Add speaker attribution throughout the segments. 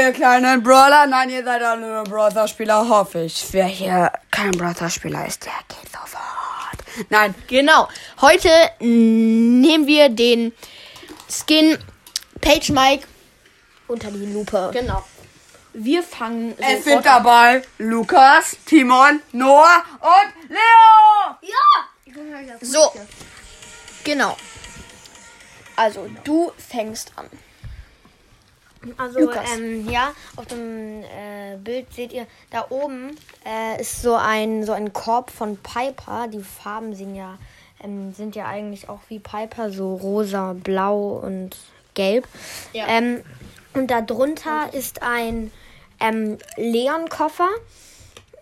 Speaker 1: ihr kleinen Brawler. Nein, ihr seid alle nur Brother-Spieler, hoffe ich. Wer hier kein Brother-Spieler ist, der geht sofort. Nein,
Speaker 2: Genau. Heute nehmen wir den Skin Page Mike.
Speaker 3: Unter die Lupe.
Speaker 2: Genau. Wir fangen
Speaker 1: es sind dabei Lukas, Timon, Noah und Leo.
Speaker 2: So. Genau. Also, du fängst an.
Speaker 3: Also, ähm, ja, auf dem äh, Bild seht ihr, da oben äh, ist so ein, so ein Korb von Piper. Die Farben sind ja, ähm, sind ja eigentlich auch wie Piper, so rosa, blau und gelb.
Speaker 2: Ja.
Speaker 3: Ähm, und darunter ist ein ähm, Leon-Koffer.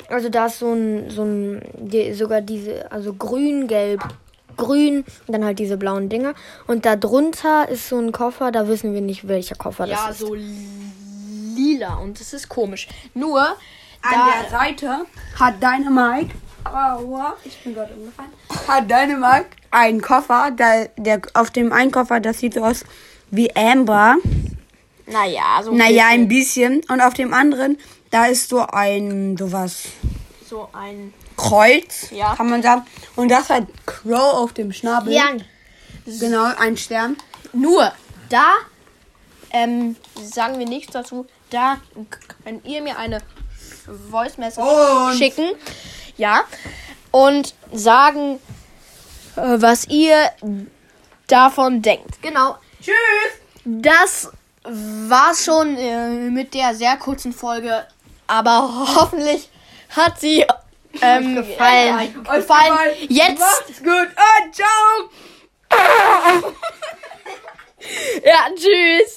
Speaker 3: Also da ist so ein, so ein, die, sogar diese, also grün, gelb, grün, dann halt diese blauen Dinger. Und darunter ist so ein Koffer, da wissen wir nicht, welcher Koffer
Speaker 2: Ja,
Speaker 3: das ist.
Speaker 2: so lila und es ist komisch. Nur,
Speaker 1: An
Speaker 2: da,
Speaker 1: der Seite hat deine Mike. Aua, ich bin gerade umgefallen. Hat deine Mike einen Koffer, der, der auf dem einen Koffer, das sieht so aus wie Amber.
Speaker 2: naja, so,
Speaker 1: Naja, ein bisschen. Und auf dem anderen, da ist so ein, sowas,
Speaker 2: so ein.
Speaker 1: Kreuz,
Speaker 2: Ja.
Speaker 1: kann man sagen. Und das hat Crow auf dem Schnabel.
Speaker 3: Leon.
Speaker 1: Genau, ein Stern.
Speaker 2: Nur, da ähm, sagen wir nichts dazu. Da könnt ihr mir eine Voice Message
Speaker 1: Und-
Speaker 2: schicken. Ja. Und sagen, äh, was ihr davon denkt. Genau.
Speaker 1: Tschüss!
Speaker 2: Das war's schon äh, mit der sehr kurzen Folge. Aber hoffentlich hat sie ähm, gefallen.
Speaker 1: Euch
Speaker 2: gefallen.
Speaker 1: gefallen.
Speaker 2: Jetzt.
Speaker 1: Macht's gut und ciao!
Speaker 2: Ja, tschüss.